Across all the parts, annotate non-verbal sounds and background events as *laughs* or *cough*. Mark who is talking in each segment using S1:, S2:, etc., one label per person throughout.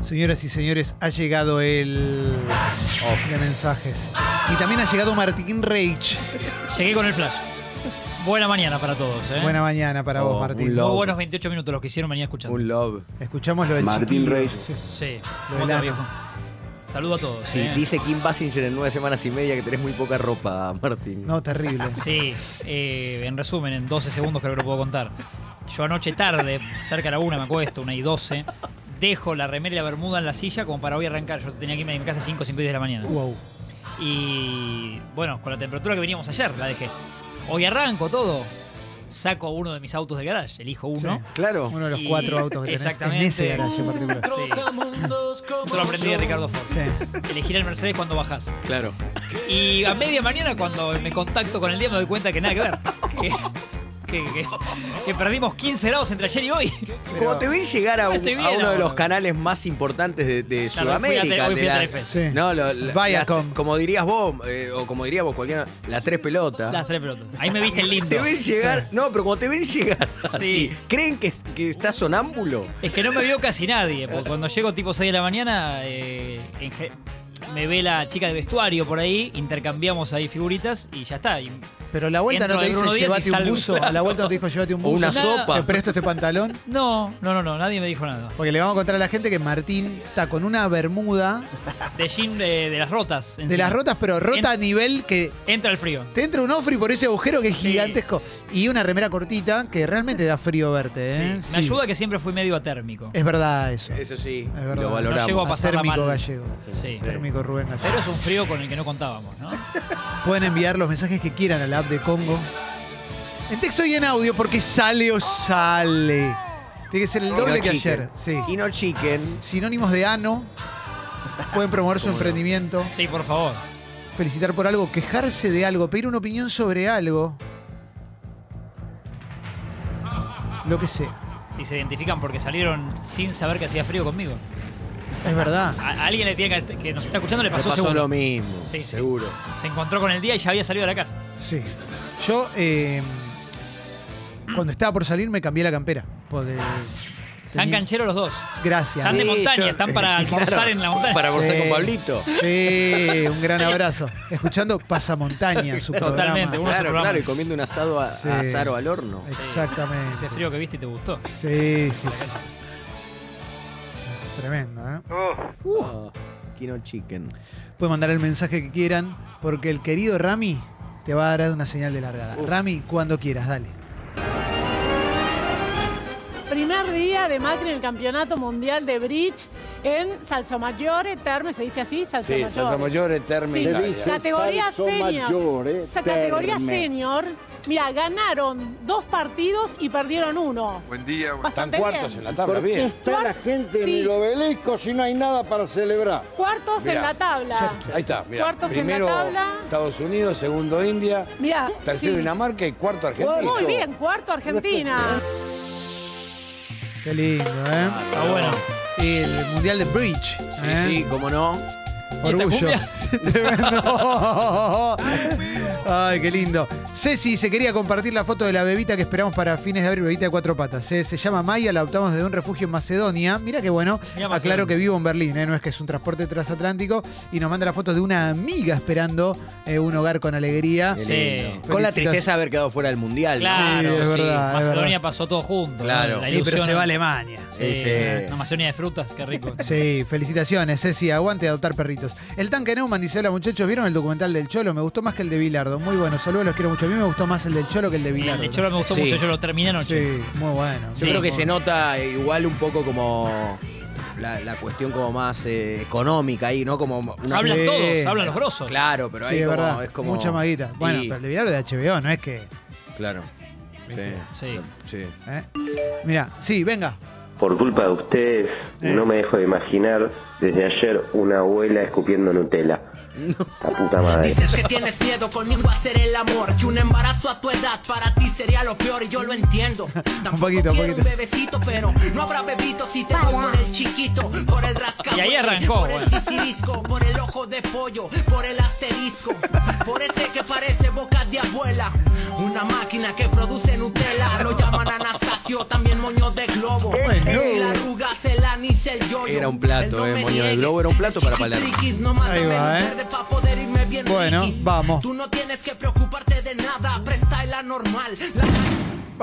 S1: Señoras y señores, ha llegado el de mensajes. Y también ha llegado Martín Reich.
S2: ¿Eh?
S3: Llegué con el flash. Buena mañana para todos. ¿eh?
S1: Buena mañana para
S2: Oh,
S1: vos, Martín.
S2: un love.
S3: Muy buenos 28 minutos los que hicieron mañana escuchando.
S2: Un love.
S1: Escuchamos lo del
S4: Martín
S1: chiquillo.
S4: Reich.
S1: Sí.
S3: Sí,
S1: Lo del
S3: ¿cómo te va,
S1: ano.
S3: viejo? Saludo a todos.
S2: Sí,
S3: ¿eh?
S2: dice Kim Basinger en nueve semanas y media que tenés muy poca ropa, Martín.
S1: No, terrible.
S3: Sí, eh, en resumen, en 12 segundos creo que lo puedo contar. Yo anoche tarde, cerca de la una me acuesto, una y 12, dejo la remera y la bermuda en la silla como para hoy arrancar. Yo tenía que irme a mi casa 5 o 5 de la mañana.
S1: wow.
S3: Y bueno, con la temperatura que veníamos ayer, la dejé. Hoy arranco todo. Saco uno de mis autos del garage, elijo uno.
S1: Sí.
S2: Claro.
S1: Uno de los
S3: Y-
S1: cuatro autos que tenés en
S3: Exactamente. Uh,
S1: ese garaje en particular.
S3: Sí. Eso lo aprendí de Ricardo Ford.
S1: Sí.
S3: Elegir el Mercedes cuando bajás.
S2: Claro.
S3: Y a media mañana, cuando me contacto con el día, me doy cuenta que nada que ver. Que, que- que- que perdimos 15 grados entre ayer y hoy.
S2: Como te ven llegar a,
S3: No
S2: un-
S3: estoy
S2: a
S3: bien
S2: uno de
S3: ahora.
S2: los canales más importantes de,
S3: Claro, hoy
S2: de
S3: fui a
S2: Sudamérica.
S3: Tele- hoy
S2: de
S3: fui a
S2: la-
S3: Telefe.
S1: Sí.
S2: *laughs* No, lo- la-
S1: Viacom.
S2: la- como dirías vos, eh, o como diría vos cualquiera, las tres pelotas.
S3: Las tres pelotas. Ahí me viste lindo.
S2: te ven llegar, no, pero cuando te ven llegar así,
S3: Sí.
S2: ¿creen que, que estás sonámbulo?
S3: Es que no me vio casi nadie, porque cuando llego tipo 6 de la mañana, eh, en ge- me ve la chica de vestuario por ahí, intercambiamos ahí figuritas y ya está. Y
S1: Pero a la vuelta no
S3: Entro
S1: te
S3: de
S1: dice
S3: Bruno Díaz y
S1: llévate un
S3: salgo".
S1: buzo. A la vuelta no te dijo llévate un
S2: O
S1: buzo.
S2: una
S3: Nada.
S1: Te
S2: sopa.
S1: presto este pantalón.
S3: no, no, no, no, nadie me dijo nada.
S1: Porque le vamos a contar a la gente que Martín está con una bermuda
S3: De jean de, de las rotas.
S1: de
S3: encima.
S1: las rotas, pero rota a nivel que
S3: Entra el frío.
S1: te entra un ofri por ese agujero que es
S3: Sí.
S1: gigantesco. Y una remera cortita que realmente da frío verte. ¿eh?
S3: Sí.
S1: Sí. Eh,
S3: Me ayuda que siempre fui medio atérmico.
S1: Es verdad eso.
S2: Eso sí,
S1: Es verdad.
S2: lo valoramos.
S3: No llegó a
S1: A
S3: pasarla
S1: térmico
S3: mal.
S1: gallego.
S3: Sí.
S1: Térmico Rubén Gallego.
S3: Pero es un frío con el que no contábamos, ¿no?
S1: Pueden enviar los mensajes que quieran a la app de Congo. En texto y en audio, porque sale o sale. Tiene que ser el
S2: Kino
S1: doble que
S2: Chicken.
S1: ayer. Sí.
S2: Kino Chicken.
S1: Sinónimos de ano. Pueden promover su
S2: ¿Cómo no?
S1: emprendimiento.
S3: Sí, por favor.
S1: Felicitar por algo, quejarse de algo, pedir una opinión sobre algo. Lo que sea.
S3: Si se identifican porque salieron sin saber que hacía frío conmigo.
S1: Es verdad.
S3: A, a alguien le tiene que, que nos está escuchando le
S2: Me
S3: pasó,
S2: pasó
S3: seguro.
S2: lo mismo,
S3: Sí, sí.
S2: seguro.
S3: Se encontró con el día y ya había salido de la casa.
S1: Sí. Yo, eh, cuando estaba por salir, me cambié la campera. Porque.
S3: Están
S1: tenía-
S3: cancheros los dos.
S1: Gracias.
S3: Están de
S2: Sí,
S3: montaña,
S2: yo-
S3: están
S1: *laughs*
S3: para almorzar en la montaña.
S2: *laughs* Para almorzar
S1: Sí.
S2: con Pablito.
S1: Sí, un gran abrazo. Escuchando Pasamontaña, su
S3: Totalmente,
S1: programa.
S3: Uno de esos
S2: Claro, claro,
S3: programas.
S2: y comiendo un asado a,
S1: Sí.
S2: a asar o al horno.
S1: Exactamente.
S3: Ese frío que viste y te gustó.
S1: Sí, sí, sí. Tremendo, ¿eh?
S2: Ah, Kino Chicken.
S1: Pueden mandar el mensaje que quieran, porque el querido Rami te va a dar una señal de largada.
S2: Uf.
S1: Rami, cuando quieras, dale.
S5: Primer día de Macri en el Campeonato Mundial de Bridge en Salsa Maggiore, Terme, se dice así, Salsa
S6: Sì,
S5: Maggiore.
S6: salsa maggiore termine
S5: Sí,
S6: Italia.
S5: dice categoría
S6: Salsa
S5: senior.
S7: eh,
S6: maggiore,
S5: Esa categoría
S6: terme.
S5: senior, mira, ganaron dos partidos y perdieron uno.
S8: Buen día, buen-
S6: Están
S5: Bastante
S6: cuartos
S5: bien.
S6: en la tabla,
S7: ¿Por qué
S6: bien.
S7: está la gente
S5: Sí.
S7: en el obelisco si no hay nada para celebrar?
S5: Cuartos
S6: Mirá.
S5: en la tabla.
S6: Ahí está, mirá.
S5: Cuartos en la
S6: Primero
S5: tabla.
S6: Estados Unidos, segundo India,
S5: Mira,
S6: tercero Dinamarca y cuarto Argentina.
S7: Cuarto.
S5: Muy bien, cuarto Argentina.
S1: Qué lindo, ¿eh?
S3: Está Ah, bueno.
S1: El Mundial de Bridge.
S2: Sí,
S1: ¿eh?
S2: sí, cómo no.
S3: ¿Y esta
S1: Orgullo.
S3: cumbia?
S1: *laughs* Tremendo. Ay, qué lindo. Ceci se quería compartir la foto de la bebita que esperamos para fines de abril, bebita de cuatro patas. ¿eh? Se llama Maya, la adoptamos desde un refugio en Macedonia. Mira qué bueno.
S3: Mirá Macedonia.
S1: Aclaro que vivo en Berlín, ¿eh? no es que es un transporte transatlántico. Y nos manda la foto de una amiga esperando eh, un hogar con alegría. Eh,
S3: Sí. lindo.
S2: Con la
S1: Felicitas-
S2: tristeza de haber quedado fuera del mundial. ¿no?
S3: Claro,
S1: es
S3: sí.
S1: verdad, es
S3: Macedonia
S1: verdad.
S3: pasó todo junto. ¿no?
S2: Claro.
S3: La
S1: Sí, pero
S3: ilusión.
S1: se va a Alemania.
S3: Sí,
S2: Sí, sí.
S3: Una Macedonia de frutas, qué rico.
S1: Sí, felicitaciones, Ceci. Aguante de adoptar perritos. El tanque Neumann dice: Hola muchachos, ¿vieron el documental del Cholo? Me gustó más que el de Bilardo. Muy bueno, saludos, los quiero mucho. A mí me gustó más el del Cholo que el de
S3: Y el
S1: Bilardo.
S3: de Cholo me gustó
S2: Sí.
S3: mucho, yo lo terminé anoche.
S1: Sí, muy bueno.
S2: Yo
S3: Sí,
S2: creo que
S3: por-
S2: se nota igual un poco como la, la cuestión como más eh, económica ahí, ¿no? Como una-
S3: Hablan
S1: Sí.
S3: todos, hablan los grosos.
S2: Claro, pero
S1: Sí,
S2: ahí
S1: es
S2: como-
S1: verdad.
S2: es como.
S1: Mucha maguita. Bueno,
S2: Y-
S1: pero el de Bilardo es de HBO, no es que.
S2: Claro. Sí.
S3: Sí.
S2: sí.
S1: ¿eh? Mira, sí, venga.
S9: Por culpa de ustedes,
S1: Eh.
S9: no me dejo de imaginar desde ayer una abuela escupiendo Nutella. La puta madre.
S10: Dices que tienes miedo conmigo a hacer el amor, que un embarazo a tu edad para ti sería lo peor y yo
S2: *laughs*
S10: lo entiendo. Tampoco
S1: poquito, un
S10: quiero
S1: poquito.
S10: bebecito, pero no habrá bebito si te doy por el chiquito, por el rascado.
S3: Y ahí arrancó,
S10: Por el
S3: bueno.
S10: sisirisco, por el ojo de pollo, por el asterisco, por ese que parece boca de abuela. Una máquina que produce Nutella, lo llaman Anastasio, también moño de globo.
S1: Bueno.
S10: Y la arruga se la ni se del yoyo.
S2: Era un plato,
S10: El no
S2: eh,
S10: me
S2: Moño de
S10: niegues.
S2: Globo, era un plato para
S10: Chiquis
S2: Palermo.
S10: triquis, no más
S1: Ahí
S10: de
S1: va,
S10: menos
S1: eh.
S10: verde pa' poder irme bien
S1: Bueno,
S10: riquis.
S1: vamos.
S10: Tú no tienes que preocuparte de nada, presta la normal. La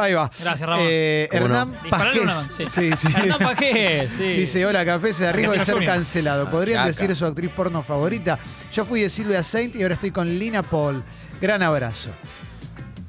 S1: Ahí va.
S3: Gracias, Ramón.
S1: Eh,
S2: ¿Cómo no?
S1: Hernán
S3: Disparale
S1: Pajés.
S3: una sí. *laughs* Hernán Pajés, sí.
S1: Dice, hola, café, se arriesgo de
S3: Argentina
S1: ser
S3: Junior.
S1: cancelado. ¿Podrían
S2: Ah, Chaca.
S1: decir su actriz porno favorita? Yo fui de Silvia Saint y ahora estoy con Lina Paul. Gran abrazo.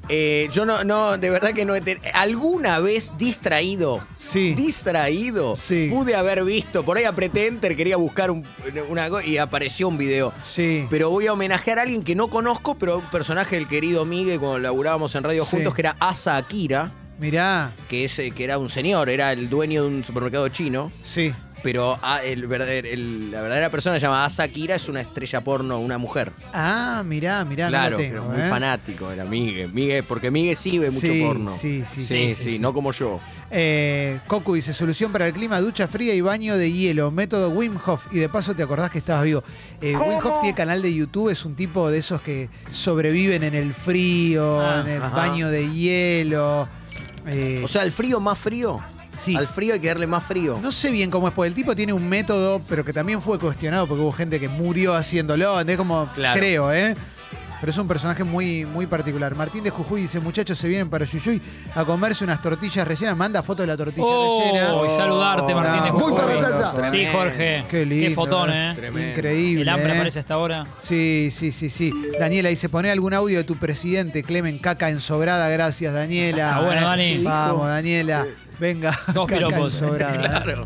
S2: Eh, yo no, no, de verdad que no he ten- Alguna vez distraído,
S1: Sí.
S2: distraído,
S1: Sí.
S2: pude haber visto. Por ahí apreté enter, quería buscar un- una cosa y apareció un video.
S1: Sí.
S2: Pero voy a homenajear a alguien que no conozco, pero un personaje del querido Miguel cuando laburábamos en radio
S1: Sí.
S2: juntos, que era Asa Akira,
S1: Mirá.
S2: que, es, eh, que era un señor, era el dueño de un supermercado chino.
S1: Sí.
S2: Pero ah, el verdader- el- la verdadera persona se llama Asa Akira, es una estrella porno, una mujer.
S1: Ah, mirá, mirá. no la
S2: Claro,
S1: tengo,
S2: pero muy
S1: ¿eh?
S2: fanático era Migue. Migue, porque Migue sí ve mucho
S1: Sí,
S2: porno.
S1: sí, sí, sí,
S2: sí,
S1: sí, sí.
S2: no como yo.
S1: Eh, Cocu dice, solución para el clima, ducha fría y baño de hielo, método Wim Hof. Y de paso te acordás que estabas vivo. Eh, Wim Hof tiene canal de YouTube, es un tipo de esos que sobreviven en el frío,
S3: Ah,
S1: en el
S2: ajá.
S1: baño de hielo. Eh,
S2: O sea, al frío más frío.
S1: Sí.
S2: Al frío hay que darle más frío.
S1: no sé bien cómo es, porque el tipo tiene un método, pero que también fue cuestionado porque hubo gente que murió haciéndolo, es como
S2: Claro.
S1: creo, ¿eh? Pero es un personaje muy, muy particular. Martín de Jujuy dice, muchachos, se vienen para Yuyuy a comerse unas tortillas rellenas. Manda foto de la tortilla rellena.
S3: Oh, y saludarte,
S1: No,
S3: Martín de
S1: muy
S3: Jujuy.
S1: batalla.
S3: Sí, Jorge.
S1: Qué lindo.
S3: fotón, ¿eh?
S2: Tremendo.
S1: Increíble.
S3: El hambre
S1: ¿eh?
S3: aparece hasta ahora.
S1: Sí, sí, sí, sí. Daniela dice, poné algún audio de tu presidente, Clemen Caca ensobrada, gracias, Daniela.
S3: Ah, bueno, Dani.
S1: Vamos, Daniela. Venga,
S3: Dos
S1: Caca
S3: piropos.
S1: ensobrada.
S3: *laughs*
S2: Claro.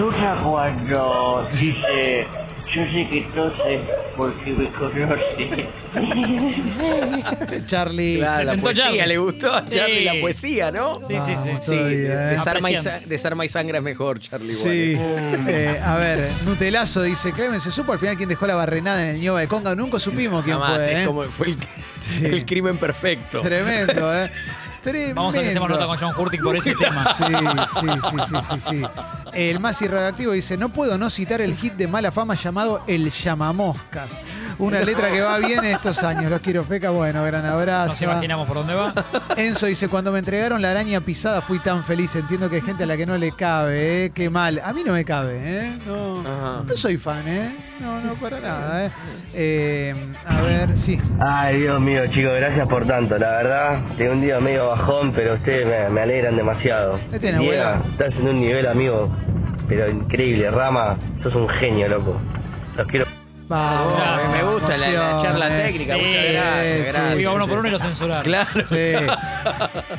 S4: Luna cuando dice, yo sé que tose porque me conoce.
S1: Charlie.
S2: Claro, la
S3: sentó
S2: poesía
S3: Charlie.
S2: le gustó a
S3: Sí.
S2: Charlie, la poesía, ¿no?
S3: Sí, sí, sí.
S1: Vamos,
S2: Sí,
S1: todavía, ¿eh?
S2: desarma, y
S3: Apreciando.
S2: sa- desarma y sangra es mejor, Charlie.
S1: Sí.
S2: Wallace.
S1: Eh, a ver, Nutelazo dice, Clemen, ¿se supo al final quién dejó la barrenada en el ñoba de Conga? Nunca supimos quién
S2: Jamás,
S1: fue,
S2: es
S1: ¿eh?
S2: como fue el, el crimen perfecto.
S1: Tremendo, ¿eh? Tremendo.
S3: Vamos a ver si hacemos nota con John Hurtig por ese tema.
S1: Sí, sí, sí, sí, sí, sí. El más irradioactivo dice, no puedo no citar el hit de mala fama llamado El Llamamoscas. Una letra que va bien estos años. Los quiero feca, bueno, gran
S3: Nos
S1: abrazo.
S3: imaginamos por dónde va.
S1: Enzo dice, cuando me entregaron la araña pisada fui tan feliz. Entiendo que hay gente a la que no le cabe, ¿eh? Qué mal. A mí no me cabe, ¿eh? No,
S2: Ajá.
S1: no soy fan, ¿eh? No, no, para nada, ¿eh? Eh, a ver, sí.
S4: Ay, Dios mío, chicos, gracias por tanto. La verdad, tengo un día medio bajón, pero ustedes me, me alegran demasiado.
S1: Este es Nahuela.
S4: Diego, Estás en un nivel, amigo, pero increíble. Rama, sos un genio, loco. Los quiero.
S1: Vamos.
S3: Gracias.
S2: Ah, Me gusta la- la,
S1: emoción,
S2: charla
S1: ¿eh?
S2: técnica,
S3: Sí,
S2: muchas
S1: sí,
S2: gracias. gracias.
S3: Iba uno por
S2: Sí.
S3: uno y lo censurar.
S2: Claro.
S1: Sí.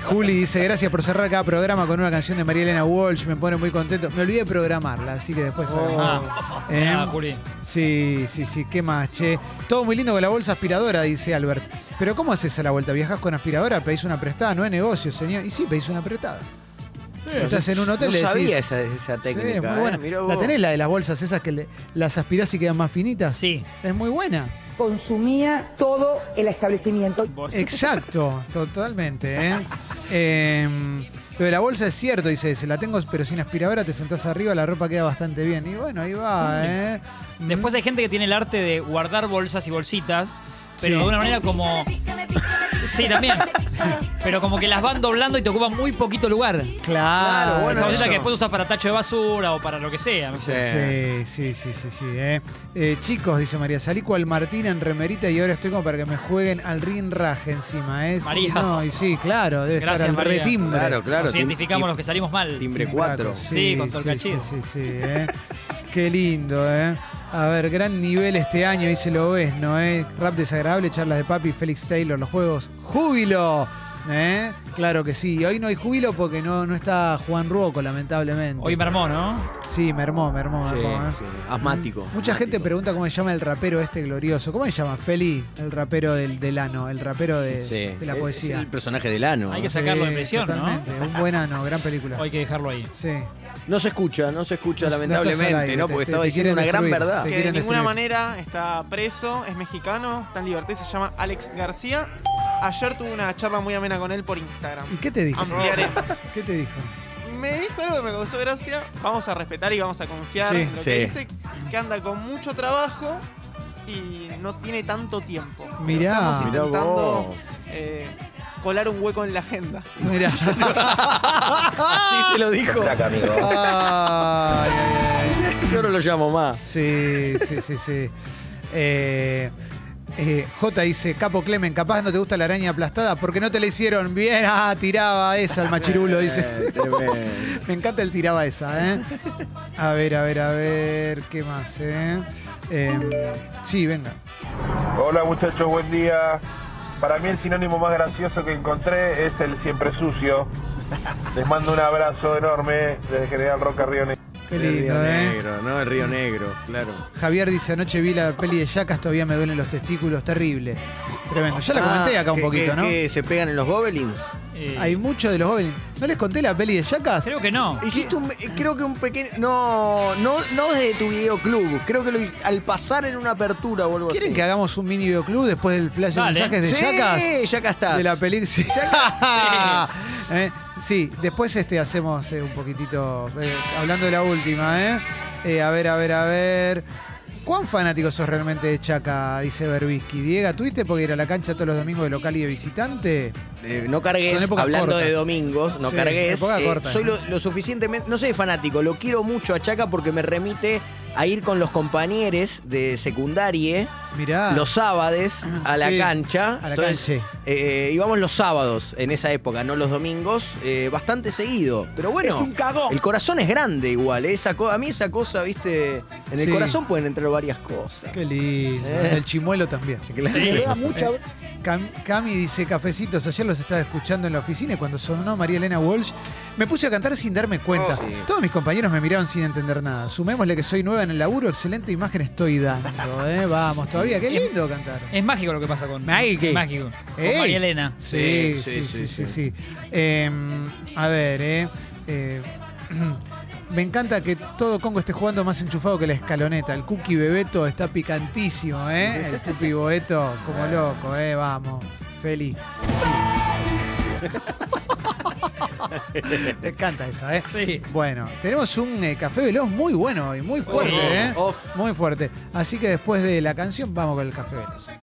S1: Juli dice, gracias por cerrar cada programa con una canción de María Elena Walsh, me pone muy contento. Me olvidé de programarla, así que después... hagamos.
S3: Ah,
S1: Eh,
S3: ah, Juli.
S1: Sí, sí, sí, qué más, che. Todo muy lindo con la bolsa aspiradora, dice Albert. Pero ¿cómo haces a la vuelta? ¿Viajás con aspiradora? ¿Pedís una prestada? No es negocio, señor. Y sí, pedís una prestada. Si estás en un hotel,
S2: No
S1: le decís,
S2: sabía esa, esa
S1: "Sí, es
S2: técnica.
S1: muy
S2: ¿eh?
S1: buena".
S2: Mirá
S1: ¿La
S2: vos.
S1: tenés, la de las bolsas esas que le- las aspirás y quedan más finitas?
S3: Sí.
S1: Es muy buena.
S8: consumía todo el establecimiento.
S3: Vos.
S1: Exacto, totalmente. ¿eh? Eh, lo de la bolsa es cierto, dice, se la tengo pero sin aspiradora, te sentás arriba, la ropa queda bastante bien. Y bueno, ahí va, ¿eh? Mm.
S3: Después hay gente que tiene el arte de guardar bolsas y bolsitas, pero
S1: Sí.
S3: de una manera como. Sí, también. Pero como que las van doblando y te ocupan muy poquito lugar.
S1: Claro,
S2: Claro, bueno,
S3: Esa bolsita
S2: eso.
S3: que después usas para tacho de basura o para lo que sea. no sé.
S1: Sí, sí, sí, sí, sí. ¿eh? Eh, chicos, dice María, salí cual Martín en remerita y ahora estoy como para que me jueguen al rinraje encima, ¿eh? Sí,
S3: María.
S1: no, y sí, claro, debe
S3: Gracias,
S1: estar al
S3: María.
S1: retimbre.
S2: Claro, claro.
S3: Nos
S2: tim-
S3: identificamos
S2: tim-
S3: los que salimos mal.
S2: Timbre 4.
S3: Sí, con todo el
S1: sí,
S3: cachín.
S1: Sí, sí, sí, ¿eh? *laughs* Qué lindo, ¿eh? A ver, gran nivel este año, dice lo ves, ¿no? ¿Eh? Rap desagradable, charlas de papi, Félix Taylor, los juegos. ¡Júbilo! ¿Eh? Claro que sí. Hoy no hay júbilo porque no, no está Juan Ruoco, lamentablemente.
S3: Hoy me armó, ¿no?
S1: Sí, me armó, me armó, me
S2: Sí,
S1: armó, ¿eh?
S2: sí. Asmático.
S1: Mucha
S2: asmático.
S1: gente pregunta cómo se llama el rapero este glorioso. ¿Cómo se llama? Feli, el rapero del, del ano, el rapero de,
S2: Sí.
S1: de la
S2: Es-
S1: poesía.
S2: Es el personaje del ano.
S3: Hay que sacarlo de prisión, ¿no?
S1: totalmente. Un buen ano, gran película.
S3: Hoy hay que dejarlo ahí.
S1: Sí.
S2: No se escucha, no se escucha,
S1: No- no estás al
S2: lamentablemente,
S1: aire,
S2: ¿no?
S1: te-
S2: Porque
S1: te-
S2: estaba
S1: te
S2: diciendo una
S1: quieren
S2: gran
S1: destruir,
S2: verdad.
S1: te-
S11: que de
S1: quieren
S11: ninguna
S1: destruir.
S11: manera está preso, es mexicano, está en libertad, se llama Alex García. Ayer tuve una charla muy amena con él por Instagram.
S1: ¿Y qué te dijo?
S11: Ampliaremos.
S1: ¿Qué te dijo?
S11: Me dijo algo que me causó gracia. Vamos a respetar y vamos a confiar
S1: Sí,
S11: en lo
S2: sí.
S11: que dice, que anda con mucho trabajo y no tiene tanto tiempo. Pero
S1: Mirá.
S11: estamos
S1: Mirá
S11: intentando eh, colar un hueco en la agenda.
S1: Mira.
S2: Ah.
S11: Así te lo dijo.
S1: *laughs* Ay, ay, ay.
S2: Yo no lo llamo más.
S1: Sí, sí, sí, sí. Eh, eh, J dice, Capo Clemen, capaz no te gusta la araña aplastada porque no te la hicieron bien. Ah, tiraba esa el machirulo,
S2: *laughs*
S1: dice. Me encanta el tiraba esa, ¿eh? A ver, a ver, a ver, ¿qué más, eh? Eh, sí, venga.
S12: *laughs* Hola muchachos, buen día. Para mí el sinónimo más gracioso que encontré es el siempre sucio. Les mando un abrazo enorme desde General Roca Río Negro.
S1: Qué
S2: El Río
S1: lindo, ¿eh?
S2: Negro, ¿no? El Río Negro, claro.
S1: Javier dice, anoche vi la peli de Yacas, todavía me duelen los testículos, terrible. Tremendo. Ya la comenté
S2: Ah,
S1: acá un
S2: ¿qué-
S1: poquito,
S2: qué-
S1: ¿no?
S2: qué, ¿Se pegan en los gobelins?
S3: Eh,
S1: Hay mucho de los jóvenes. ¿No les conté la peli de Yacas?
S3: Creo que no.
S2: Hiciste un, creo que un pequeño... No, no, no desde tu videoclub. Creo que lo- al pasar en una apertura o algo
S1: ¿Quieren
S2: así.
S1: que hagamos un mini videoclub después del flash de
S3: Dale.
S1: mensajes de
S2: sí,
S1: Yacas?
S2: ya acá estás.
S1: De la película. Sí. *laughs* Eh, sí, después este, hacemos eh, un poquitito. eh, hablando de la última, ¿eh? Eh, A ver, a ver, a ver. ¿Cuán fanático sos realmente de Chaca? Dice Berbisky. Diego, ¿tuviste porque ir a la cancha todos los domingos de local y de visitante?
S2: Eh, no
S1: Son
S2: cargues,
S1: épocas
S2: hablando
S1: cortas.
S2: de domingos, no
S1: Sí,
S2: cargues.
S1: época
S2: eh,
S1: corta,
S2: soy
S1: ¿no?
S2: lo, lo suficientemente, no soy fanático, lo quiero mucho a Chaca porque me remite a ir con los compañeros de secundaria
S1: Mirá.
S2: los sábados a la
S1: Ah. Sí,
S2: cancha.
S1: a la
S2: Entonces,
S1: cancha.
S2: eh, íbamos los sábados en esa época, no los domingos, eh, bastante seguido. Pero bueno, el corazón es grande igual. eh, esa co- a mí esa cosa, viste, en el
S1: Sí.
S2: corazón pueden entrar varias cosas.
S1: Qué lindo.
S2: Sí.
S1: El chimuelo también. Eh, Cam- Cami dice, cafecitos, ayer los estaba escuchando en la oficina y cuando sonó María Elena Walsh, me puse a cantar sin darme cuenta.
S2: Oh, sí.
S1: Todos mis compañeros me miraron sin entender nada. Sumémosle que soy nueva en el laburo, excelente imagen estoy dando, ¿eh? Vamos, todavía, qué lindo cantar.
S3: Es mágico lo que pasa con,
S1: Mágico.
S3: es mágico. con
S1: Ey.
S3: María Elena.
S1: Sí, sí, sí, sí, sí. Eh, a ver, eh, eh, *clears throat* me encanta que todo Congo esté jugando más enchufado que la escaloneta. El cookie Bebeto está picantísimo, ¿eh? El cookie Boeto, como loco, ¿eh? Vamos, *laughs* feliz. Me encanta esa, ¿eh?
S3: Sí.
S1: Bueno, tenemos un eh, café veloz muy bueno y muy fuerte,
S3: Oh,
S1: ¿eh? Muy fuerte. Así que después de la canción, vamos con el café veloz.